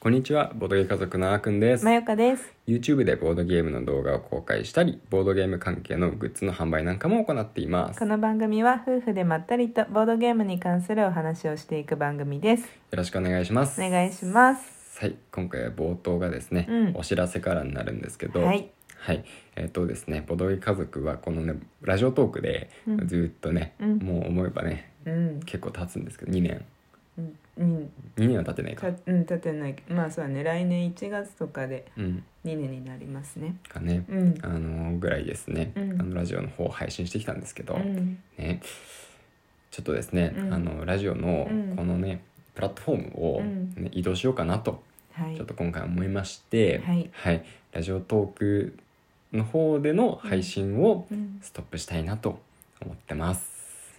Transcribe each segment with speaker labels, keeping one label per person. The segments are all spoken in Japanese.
Speaker 1: こんにちは、ボードゲー家族のあーくんです
Speaker 2: ま。よかです。
Speaker 1: YouTube でボードゲームの動画を公開したり、ボードゲーム関係のグッズの販売なんかも行っています。
Speaker 2: こ
Speaker 1: よ
Speaker 2: の番組は夫婦でまったりとボードゲームに関するお話をしていく番組です。
Speaker 1: ろしくお願いします。
Speaker 2: お願いします。
Speaker 1: はい、今回は冒頭がですね、
Speaker 2: うん
Speaker 1: お知らせからになるんですけど、
Speaker 2: はい、
Speaker 1: はいえっ、とですね、ボードゲー家族はこのね、ラジオトークで
Speaker 2: うん
Speaker 1: ずーっとね、
Speaker 2: うん
Speaker 1: もう思えばね、
Speaker 2: うん、
Speaker 1: 結構経つんですけど、2年。
Speaker 2: うん、うん、
Speaker 1: 2年は経ってない
Speaker 2: た、
Speaker 1: か。
Speaker 2: うん、立てない。まあ、そうだね。来年1月とかで
Speaker 1: うん。
Speaker 2: 2年になりますね。
Speaker 1: かね。
Speaker 2: うん、
Speaker 1: あのーぐらいですね、
Speaker 2: うん
Speaker 1: あのラジオの方を配信してきたんですけど、
Speaker 2: うん、
Speaker 1: ねちょっとですね、
Speaker 2: うん
Speaker 1: あのラジオの
Speaker 2: うん
Speaker 1: このね、プラットフォームを、
Speaker 2: うん
Speaker 1: ね移動しようかなと
Speaker 2: はい
Speaker 1: ちょっ、と今回思いまして、
Speaker 2: はい
Speaker 1: ラジオトークの方での配信を
Speaker 2: うん、
Speaker 1: ストップしたいなと思ってます。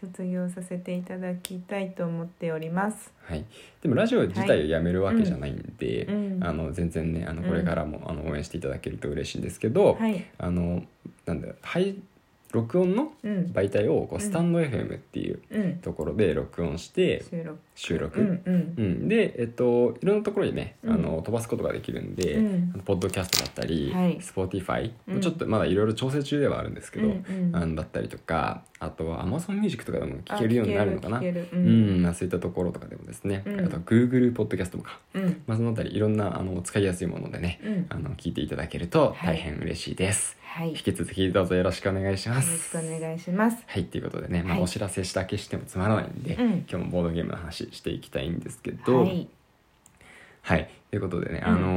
Speaker 2: 卒業させていただきたいと思っております。
Speaker 1: はい、でもラジオ自体をやめるわけじゃないんで、
Speaker 2: うん、
Speaker 1: あの全然ねあの
Speaker 2: うん
Speaker 1: これからも、あの応援していただけると嬉しいんですけど、
Speaker 2: はい、
Speaker 1: あのなんだよはい録音の
Speaker 2: うん、
Speaker 1: 媒体をこうスタンド FM っていう
Speaker 2: うん、
Speaker 1: ところで録音して
Speaker 2: 収録、
Speaker 1: 収録、
Speaker 2: うん、うん
Speaker 1: う、ん、で、えっと、いろんなところにね、
Speaker 2: うん
Speaker 1: あの飛ばすことができるんで、
Speaker 2: うん
Speaker 1: あのポッドキャストだったり、
Speaker 2: はい
Speaker 1: スポーティファイ、
Speaker 2: うん
Speaker 1: ちょっとまだいろいろ調整中ではあるんですけど、
Speaker 2: うんうん
Speaker 1: あのだったりとかあとは AmazonMusic とかでも聴けるようになるのかな
Speaker 2: あ聞ける聞
Speaker 1: う
Speaker 2: けるうん
Speaker 1: ん、まあそういったところとかでもですね、
Speaker 2: うん
Speaker 1: あと Google ポッドキャストとか、
Speaker 2: うん、
Speaker 1: まあ、そのあたりいろんなあの使いやすいものでね、
Speaker 2: うん、
Speaker 1: あの聞いていただけると
Speaker 2: は
Speaker 1: 大
Speaker 2: い
Speaker 1: 変嬉しいです、
Speaker 2: はい、よ
Speaker 1: 引き続きどうぞよろしくお願いしま
Speaker 2: ろ
Speaker 1: す
Speaker 2: しくお願いします。
Speaker 1: はい、ということでね、まあ、
Speaker 2: はい
Speaker 1: お知らせしたけしてもつまらないんで、
Speaker 2: うん
Speaker 1: 今日もボードゲームの話していきたいんですけど、
Speaker 2: は
Speaker 1: はい
Speaker 2: い、
Speaker 1: ということでね、
Speaker 2: うん
Speaker 1: あの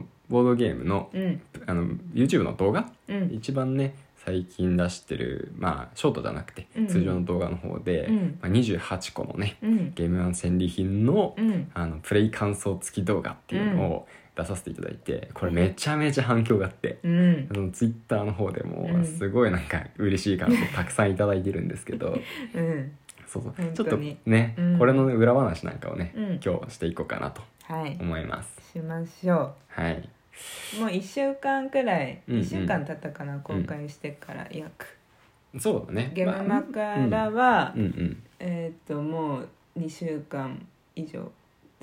Speaker 1: ーボードゲームの
Speaker 2: うん、
Speaker 1: あの YouTube の動画、
Speaker 2: うん、
Speaker 1: 一番ね最近出してるまあショートじゃなくて、
Speaker 2: うん
Speaker 1: 通常の動画の方で、
Speaker 2: うん
Speaker 1: まあ、28個のね
Speaker 2: うん、
Speaker 1: ゲーム版戦利品の,、
Speaker 2: うん、
Speaker 1: あのプレイ感想付き動画っていうのを出させていただいてこれめちゃめちゃ反響があって。
Speaker 2: うん
Speaker 1: あ、のツイッターの方でも
Speaker 2: うん
Speaker 1: すごいなんか嬉しい感想たくさんいただいてるんですけど、
Speaker 2: うん、
Speaker 1: そうそう
Speaker 2: 本
Speaker 1: ち
Speaker 2: 当
Speaker 1: ょっと
Speaker 2: に
Speaker 1: ね、
Speaker 2: うん
Speaker 1: これのね裏話なんかをね、
Speaker 2: うん
Speaker 1: 今日していこうかなと
Speaker 2: はい、
Speaker 1: 思います
Speaker 2: しましょ
Speaker 1: はい、
Speaker 2: う。もう一週間くらい、
Speaker 1: うんうん
Speaker 2: 一週間経ったかな、公開してから約。
Speaker 1: そうだね
Speaker 2: ゲーム
Speaker 1: ま
Speaker 2: マ
Speaker 1: あ
Speaker 2: からは、
Speaker 1: うんうん
Speaker 2: えーっと、もう二週間以上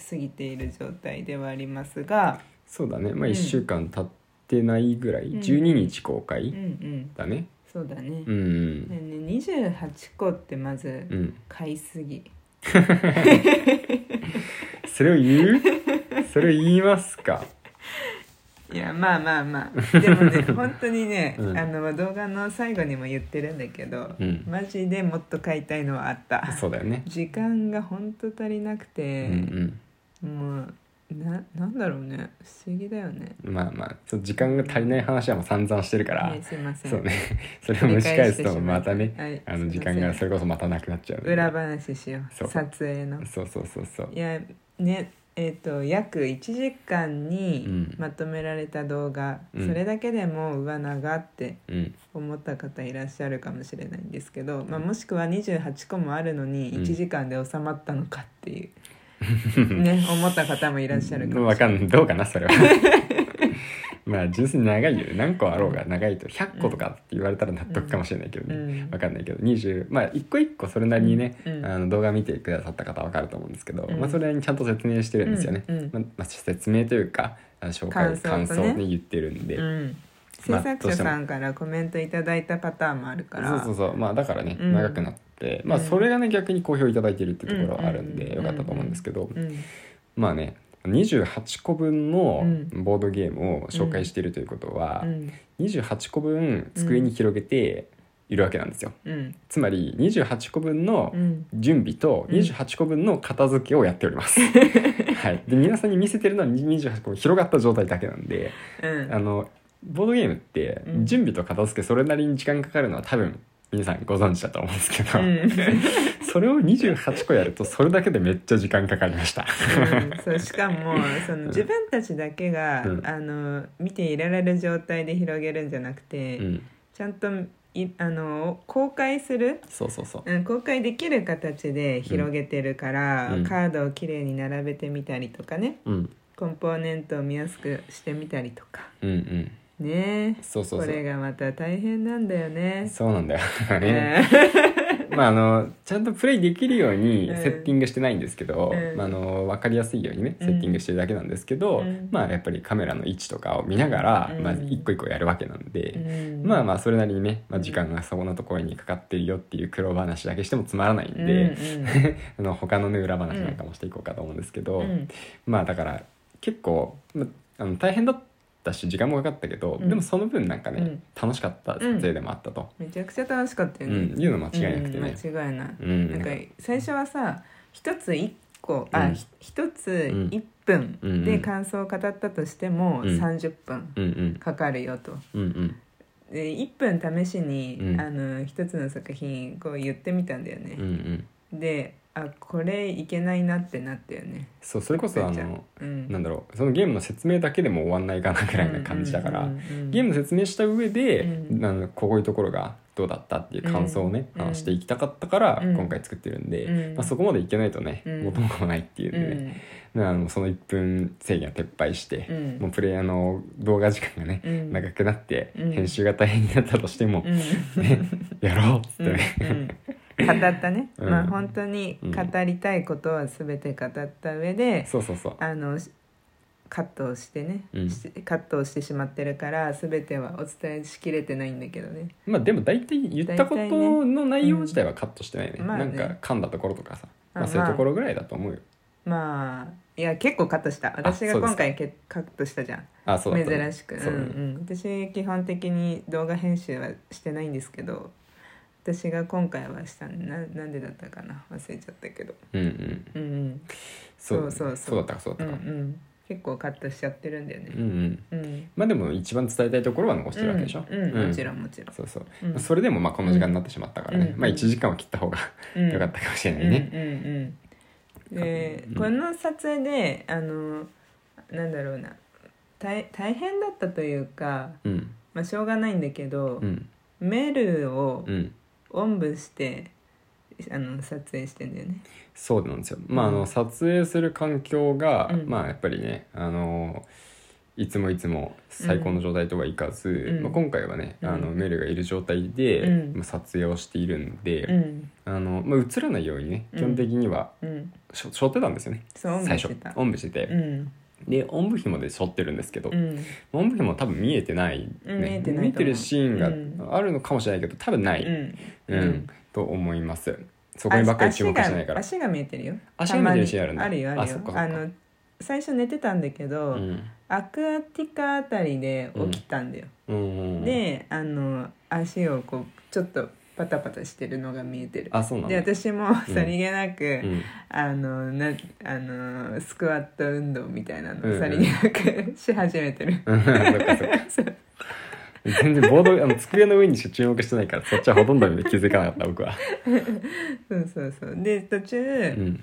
Speaker 2: 過ぎている状態ではありますが。
Speaker 1: そうだねまあ
Speaker 2: うん
Speaker 1: 1週間経ってないぐらい、
Speaker 2: うん
Speaker 1: 12日公
Speaker 2: うん、う
Speaker 1: 開
Speaker 2: ん、
Speaker 1: だね
Speaker 2: そうだね。
Speaker 1: うんうん
Speaker 2: ね、ね、二十八個ってまず
Speaker 1: うん、
Speaker 2: 買いすぎ。
Speaker 1: それを言 うそれを言いますか
Speaker 2: いやまあまあまあでもね本当にね、
Speaker 1: うん
Speaker 2: あの動画の最後にも言ってるんだけど、
Speaker 1: うん
Speaker 2: マジでもっと買いたいのはあった
Speaker 1: そうだよね、
Speaker 2: 時間が本当足りなくて、
Speaker 1: うん
Speaker 2: もうななんだろうね不思議だよね
Speaker 1: うんまあまあちょっと時間が足りない話はもう散々してるから、
Speaker 2: ねすいません
Speaker 1: そうねそれを蒸し返すとまたね、
Speaker 2: はい
Speaker 1: あの時
Speaker 2: すいませ
Speaker 1: 間
Speaker 2: ん
Speaker 1: がそれこそまたなくなっちゃうんで
Speaker 2: 裏話しよ
Speaker 1: そう
Speaker 2: う撮影の
Speaker 1: そうそうそうそう
Speaker 2: いやねえっと約1時
Speaker 1: う
Speaker 2: 間に
Speaker 1: ん
Speaker 2: まとめられた動画、
Speaker 1: うん
Speaker 2: それだけでもうわ長って
Speaker 1: うん
Speaker 2: 思った方いらっしゃるかもしれないんですけど、まあ、もしくは28個もあるのに
Speaker 1: うん
Speaker 2: 1時間で収まったのかってい う、ね思った方もいらっしゃるかも
Speaker 1: わ
Speaker 2: しれ
Speaker 1: か
Speaker 2: ない。
Speaker 1: んないどうかなそれは まあ純粋に長いよね何個あろうが長いと100個とかって言われたら納得かもしれないけどね、
Speaker 2: うん
Speaker 1: わかんないけど20まあ一個一個それなりにね、
Speaker 2: うん
Speaker 1: あの動画見てくださった方わかると思うんですけど、
Speaker 2: うん
Speaker 1: まあ、それなりにちゃんと説明してるんですよね、
Speaker 2: うんうん
Speaker 1: まあまあ、説明というかあの紹介感
Speaker 2: 感想
Speaker 1: 想
Speaker 2: とね
Speaker 1: ね言ってるんで、
Speaker 2: うん、
Speaker 1: ま
Speaker 2: 制
Speaker 1: あ
Speaker 2: 作者さんからコメントいただいたパターンもあるから、
Speaker 1: そうそうそうまあだからね、
Speaker 2: うん
Speaker 1: 長くなってまあ
Speaker 2: うん
Speaker 1: それがね逆に好評いただいてるってところはあるんで、
Speaker 2: うん
Speaker 1: よかったと思うんですけど、
Speaker 2: うん
Speaker 1: まあね28個分の
Speaker 2: うん
Speaker 1: ボードゲームを紹介しているということは
Speaker 2: う、ん
Speaker 1: 28個分机に広げているわけなんですよ、
Speaker 2: うん
Speaker 1: つまり28個分の
Speaker 2: うん
Speaker 1: 準備と
Speaker 2: うん
Speaker 1: 28個分の片付けをやっており ます、はい、で皆さんに見せてるのは28個広がった状態だけなんで
Speaker 2: うん
Speaker 1: あのボードゲームって
Speaker 2: うん
Speaker 1: 準備と片付けそれなりに時間かかるのは多分皆さんご存知だと思うんですけど、
Speaker 2: うん
Speaker 1: それを28個やるとそれだけでめっちゃ時間かかりま した
Speaker 2: うんそうしかもその自分たちだけが、
Speaker 1: うん
Speaker 2: あの見ていられる状態で広げるんじゃなくて、
Speaker 1: うん
Speaker 2: ちゃんといあの公開する
Speaker 1: そうそうそう
Speaker 2: うん、公開できる形で広げてるから、
Speaker 1: うん
Speaker 2: カードをきれいに並べてみたりとかね
Speaker 1: うん
Speaker 2: コンポーネントを見やすくしてみたりとか
Speaker 1: うんうん
Speaker 2: ねえ
Speaker 1: そうそう
Speaker 2: こ
Speaker 1: そ
Speaker 2: れ
Speaker 1: う
Speaker 2: がまた大変なんだよね。
Speaker 1: そうなんだよね、
Speaker 2: えー
Speaker 1: まああのちゃんとプレイできるように
Speaker 2: うん
Speaker 1: セッティングしてないんですけど、
Speaker 2: うん
Speaker 1: まあ、あの分かりやすいようにね
Speaker 2: う
Speaker 1: セ
Speaker 2: ん
Speaker 1: ッティングしてるだけなんですけど、
Speaker 2: うん
Speaker 1: まあやっぱりカメラの位置とかを見ながら、
Speaker 2: うん
Speaker 1: まあ、一個一個やるわけなんで。
Speaker 2: うん
Speaker 1: まあまあそれなりにね、まあ、時間がそこのところにかかってるよっていう苦労話だけしてもつまらないんで、
Speaker 2: うんうん
Speaker 1: あの他のね裏話なんかもしていこうかと思うんですけど、
Speaker 2: うん
Speaker 1: まあだから結構、まあの大変だったし時間もかかったけど、
Speaker 2: うん
Speaker 1: でもその分なんかね、
Speaker 2: うん
Speaker 1: 楽しかった撮影でもあったと、
Speaker 2: めちゃくちゃ楽しかった
Speaker 1: う
Speaker 2: よ
Speaker 1: ん
Speaker 2: ね、
Speaker 1: いうの間違いなくてね。
Speaker 2: うん、間違いない、
Speaker 1: うん
Speaker 2: なんか
Speaker 1: なんか
Speaker 2: 最初はさ一つ一個あ、
Speaker 1: うん
Speaker 2: ひ一つ
Speaker 1: ん
Speaker 2: 1分
Speaker 1: うん
Speaker 2: で感想を語ったとしても
Speaker 1: うん
Speaker 2: 30分
Speaker 1: うんうん
Speaker 2: かかるよと。
Speaker 1: うんうん
Speaker 2: で1分試しに、
Speaker 1: うん
Speaker 2: あの一つの作品こう言ってみたんだよね
Speaker 1: うんう、ん
Speaker 2: であこれいけないなってなったよね
Speaker 1: そうそれこそあ
Speaker 2: じゃ
Speaker 1: の
Speaker 2: うん
Speaker 1: なんだろうそのゲームの説明だけでも終わんないかなぐらいな感じだから、ゲームの説明した上で、
Speaker 2: うん
Speaker 1: あのこういうところがどうだったっていう感想をね、
Speaker 2: うん
Speaker 1: 話していきたかったから、
Speaker 2: うん
Speaker 1: 今回作ってるんで、
Speaker 2: うん
Speaker 1: まあ、そこまでいけないとね、
Speaker 2: うん
Speaker 1: 元も子もないっていう
Speaker 2: うん
Speaker 1: でね、まああのその1分制限を撤廃して、
Speaker 2: うん
Speaker 1: もうプレイヤーの動画時間がね、
Speaker 2: うん
Speaker 1: 長くなって、
Speaker 2: うん
Speaker 1: 編集が大変になったとしても
Speaker 2: う、ん
Speaker 1: やろうっつって
Speaker 2: うん
Speaker 1: ね、
Speaker 2: うん語ったね、
Speaker 1: うん
Speaker 2: まあ本当に語りたいことは全て語った上で、
Speaker 1: そうそうそう
Speaker 2: あのしカットをしてね、
Speaker 1: うん
Speaker 2: しカットをしてしまってるから全てはお伝えしきれてないんだけどね
Speaker 1: まあでも大体言ったこと
Speaker 2: 大体ね
Speaker 1: の内容自体はカットしてないね,、
Speaker 2: うんまあね
Speaker 1: なんか噛んだところとかさ、まあ、
Speaker 2: あ
Speaker 1: そういうところぐらいだと思うよ、
Speaker 2: まあいや結構カットした私が
Speaker 1: そうです
Speaker 2: 今
Speaker 1: か
Speaker 2: 回けカットしたじゃん
Speaker 1: あそうだったね
Speaker 2: 珍しく、
Speaker 1: そう
Speaker 2: う
Speaker 1: だ
Speaker 2: ん
Speaker 1: ね
Speaker 2: うん、私基本的に動画編集はしてないんですけど私が今回はしたななんでだったかな忘れちゃったけど
Speaker 1: うんうん
Speaker 2: うんうん
Speaker 1: そうだね
Speaker 2: そうそうそう
Speaker 1: そうだったかそう
Speaker 2: う
Speaker 1: だ
Speaker 2: ん
Speaker 1: っ
Speaker 2: う
Speaker 1: たか
Speaker 2: ん結構カットしちゃってるんだよ
Speaker 1: うんう
Speaker 2: ね
Speaker 1: ん
Speaker 2: うん、
Speaker 1: まあでも一番伝えたいところは残してるわけでしょ、
Speaker 2: うんうんもちろんもちろん
Speaker 1: そうそう、
Speaker 2: うん
Speaker 1: それでもまあこの時間になってしまったからね、
Speaker 2: うん
Speaker 1: まあ1時間は切った方が
Speaker 2: うん
Speaker 1: 良かったかもしれ
Speaker 2: う
Speaker 1: なんいね、
Speaker 2: うんうんで、
Speaker 1: うん
Speaker 2: この撮影であのなんだろうな大大変だったというか、
Speaker 1: うん
Speaker 2: まあ、しょうがないんだけど、
Speaker 1: うん
Speaker 2: メルを
Speaker 1: うん
Speaker 2: おんぶしてあの撮影してんだよね。
Speaker 1: そうなんですよまああの撮影する環境が、
Speaker 2: うん
Speaker 1: まあやっぱりねあのいつもいつも最高の状態とはいかず、
Speaker 2: うん
Speaker 1: まあ、今回はね、
Speaker 2: うん
Speaker 1: あのメルがいる状態で、
Speaker 2: うん
Speaker 1: まあ、撮影をしているんで、
Speaker 2: うん
Speaker 1: あのまあ、映らないようにね
Speaker 2: うん
Speaker 1: 基本的には
Speaker 2: うん、
Speaker 1: しょ背負ってたんですよね、
Speaker 2: そうおんぶ
Speaker 1: 最
Speaker 2: し
Speaker 1: 初
Speaker 2: てた。
Speaker 1: おんぶしてて、
Speaker 2: うん
Speaker 1: でおんぶ紐で背負ってるんですけど、
Speaker 2: うん
Speaker 1: おんぶ紐多分見えてない、ね
Speaker 2: うん見えてないと思う
Speaker 1: 見てるシーンがあるのかもしれないけど多分ない、
Speaker 2: うん
Speaker 1: うん
Speaker 2: うん
Speaker 1: と思いますそこにばっかり注目してないから
Speaker 2: 足が足が見えてるよ
Speaker 1: 足が見えてるシーンあるんだ
Speaker 2: たまにあるよあ
Speaker 1: あ
Speaker 2: る
Speaker 1: そ
Speaker 2: よ
Speaker 1: っかそっか
Speaker 2: あの最初寝てたんだけど、
Speaker 1: うん
Speaker 2: アクアティカあたりで起きたんだよ、
Speaker 1: うん
Speaker 2: であの足をこうちょっとパタパタしてるのが見えてる
Speaker 1: あそうなん
Speaker 2: で
Speaker 1: だ
Speaker 2: 私も
Speaker 1: うん
Speaker 2: さりげなく、
Speaker 1: うん
Speaker 2: あのなあのスクワット運動みたいな
Speaker 1: うん
Speaker 2: の
Speaker 1: うん
Speaker 2: さりげなくし始めてる、
Speaker 1: うんそっかそっか
Speaker 2: そう
Speaker 1: 全然ボードあの机の上にしか注目してないからそっちはほとんど気づかなかった僕は
Speaker 2: そうそうそうで途中、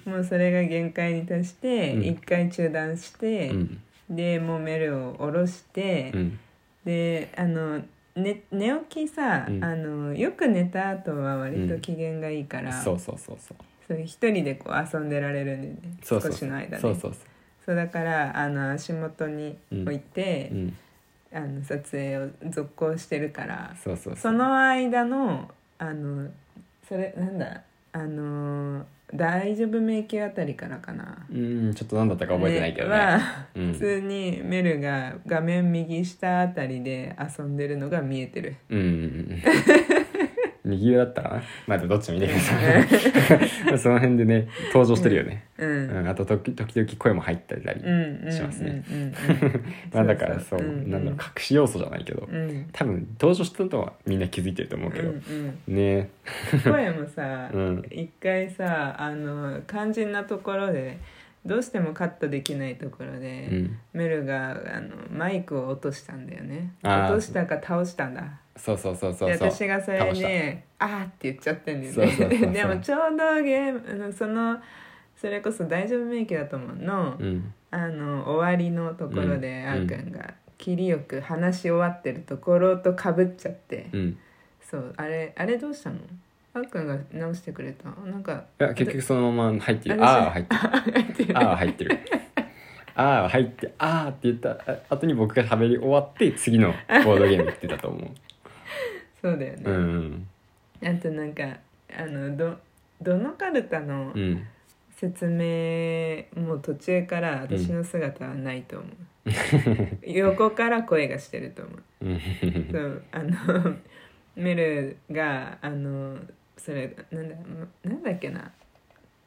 Speaker 1: うん
Speaker 2: もうそれが限界に達して
Speaker 1: うん
Speaker 2: 一、回中断して
Speaker 1: う、ん
Speaker 2: でもうメルを下ろして、
Speaker 1: うん
Speaker 2: であの、ね、寝起きさ、
Speaker 1: うん
Speaker 2: あのよく寝た後は割と機嫌がいいから、
Speaker 1: そうそうそうそう
Speaker 2: そう一人でこう遊んでられるんでね
Speaker 1: そうそう
Speaker 2: 少しの間ね
Speaker 1: そうそうそ
Speaker 2: そうだからあの足元に置いて
Speaker 1: う、うん
Speaker 2: あの撮影を続行してるから
Speaker 1: そうそう
Speaker 2: その間のあのそれなんだあの大丈夫迷宮あたりからかな
Speaker 1: うんちょっと何だったか覚えてないけど
Speaker 2: ね
Speaker 1: ね
Speaker 2: は
Speaker 1: うん
Speaker 2: 普通にメルが画面右下あたりで遊んでるのが見えてる
Speaker 1: うんうんうん右上だったかなまあでもどっちも見てくださ いその辺でね登場してるよね、
Speaker 2: うん
Speaker 1: う、んあと時時々声も入ったり、
Speaker 2: うんうん
Speaker 1: します ね
Speaker 2: うんうんうん
Speaker 1: まあだからそう
Speaker 2: そうそううん
Speaker 1: なんだろう隠し要素じゃないけど、
Speaker 2: うん
Speaker 1: 多分登場したのはみんな気づいてると思うけど、
Speaker 2: うんうん
Speaker 1: ね
Speaker 2: 声もさ、
Speaker 1: うん
Speaker 2: 一回さあの肝心なところでどうしてもカットできないところ
Speaker 1: え、
Speaker 2: で、
Speaker 1: うん、
Speaker 2: メルがあのマイクを落としたんだよね
Speaker 1: あー
Speaker 2: 落としたか倒したんだ
Speaker 1: そうそうそうそ
Speaker 2: で
Speaker 1: うそう
Speaker 2: 私がそれ
Speaker 1: 倒した
Speaker 2: で「あー」って言っちゃってんだよね
Speaker 1: そうそうそうそう
Speaker 2: でもちょうどゲームあのそのそれこそ「大丈夫免疫だと思うの」
Speaker 1: うん
Speaker 2: あの終わりのところで、
Speaker 1: うん
Speaker 2: あーくんが切りよく話し終わってるところとかぶっちゃって、
Speaker 1: うんい
Speaker 2: そうあれあれどうしたのあーくんが直してくれたなんか
Speaker 1: や結局そのまま入ってる
Speaker 2: 私
Speaker 1: ああ入ってるああ入ってるああ入ってああって言ったあ後に僕が喋り終わって次のボードゲーム行ってたと思う
Speaker 2: そうだよね、
Speaker 1: うん
Speaker 2: あとなんかあのどどのかるたの
Speaker 1: うん
Speaker 2: 説明もう途中から私の姿はないと思う、横から声がしてると思う
Speaker 1: うん
Speaker 2: そうあのメルがあのそれなんだなんだっけな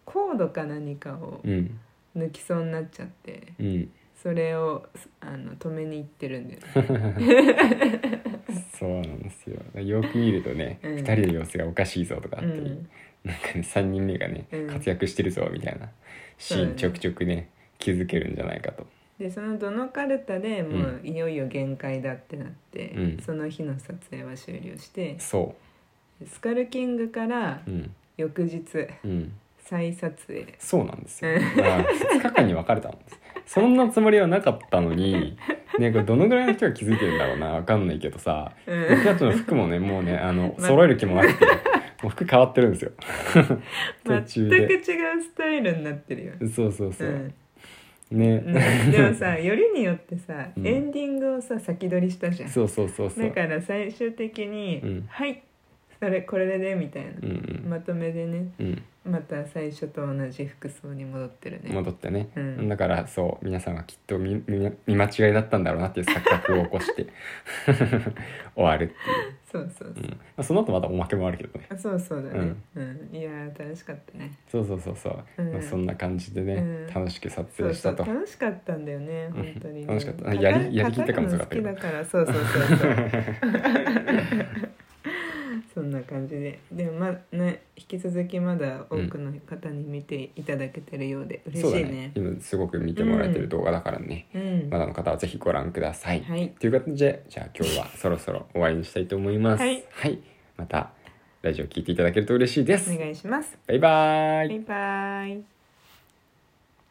Speaker 2: コードか何かを
Speaker 1: うん
Speaker 2: 抜きそうになっちゃって
Speaker 1: うん
Speaker 2: それをあの止めに行ってるんだよね
Speaker 1: そうなんですよよく見るとね、
Speaker 2: うん
Speaker 1: 2人の様子がおかしいぞと かあっ
Speaker 2: う
Speaker 1: て、
Speaker 2: ん
Speaker 1: なんかね3人目がね、
Speaker 2: うん
Speaker 1: 活躍してるぞみたいなシ
Speaker 2: そ
Speaker 1: ー
Speaker 2: うだ
Speaker 1: ン
Speaker 2: ね
Speaker 1: ちょくちょくね気づけるんじゃないかと
Speaker 2: でそのどのカルタでもう
Speaker 1: う
Speaker 2: いよいよ限界だってなって、
Speaker 1: うん
Speaker 2: その日の撮影は終了して
Speaker 1: そ
Speaker 2: スカルキングから
Speaker 1: ううん
Speaker 2: 翌日
Speaker 1: うん
Speaker 2: 再撮影
Speaker 1: そうなんですよ、まあ、2日間に分かれたんですそんなつもりはなかったの にねこれどのぐらいの人が気づいてるんだろうな分かんないけどさ
Speaker 2: うん
Speaker 1: 僕たちの服もねもうねあの
Speaker 2: ま
Speaker 1: 揃える気もなくて、もう服変わってるんですよ途
Speaker 2: 全く
Speaker 1: 中
Speaker 2: 違
Speaker 1: で
Speaker 2: うスタイルになってるよ、、
Speaker 1: そうそうそううんね
Speaker 2: ねで もさよりによってさ、
Speaker 1: うん
Speaker 2: エンディングをさ先取りしたじゃ ん
Speaker 1: そうそうそうそう
Speaker 2: だから最終的に「
Speaker 1: うん
Speaker 2: はいそれこれで」みたいな
Speaker 1: う、ん
Speaker 2: まとめでね
Speaker 1: うんうん
Speaker 2: また最初と同じ服装に戻ってるね、
Speaker 1: 戻ってね、
Speaker 2: うん
Speaker 1: だからそう皆さんはきっと見見見間違いだったんだろうなっていう錯覚を起こして 終わるって
Speaker 2: そうそうそ
Speaker 1: いうう、うんまあ、その後またおまけもあるけどね
Speaker 2: あそうそうだね、うんいやー楽しかったね
Speaker 1: そうそうそうそう、
Speaker 2: うん
Speaker 1: まあ、そんな感じでね、
Speaker 2: うん
Speaker 1: 楽しく撮
Speaker 2: そ
Speaker 1: 影
Speaker 2: う
Speaker 1: し
Speaker 2: そ
Speaker 1: た
Speaker 2: う
Speaker 1: と
Speaker 2: 楽しかったんだよね本当にね、
Speaker 1: 楽しかったやりやりきった感もすごかったけ
Speaker 2: 語
Speaker 1: ど
Speaker 2: るの好きだからそうそうそうそう そんな感じででもまあね引き続きまだ多くの方に見ていただけてるようで嬉
Speaker 1: そうだ
Speaker 2: しい
Speaker 1: ね
Speaker 2: ね
Speaker 1: 今すごく見てもらえてる動画だからね、
Speaker 2: うん
Speaker 1: まだの方はぜひご覧ください、
Speaker 2: はい
Speaker 1: という感じでじゃあ今日はそろそろ終わりにしたいと思います
Speaker 2: はい
Speaker 1: またラジオ聞いていただけると嬉しいです
Speaker 2: お願いします
Speaker 1: バイバーイ
Speaker 2: バイバイ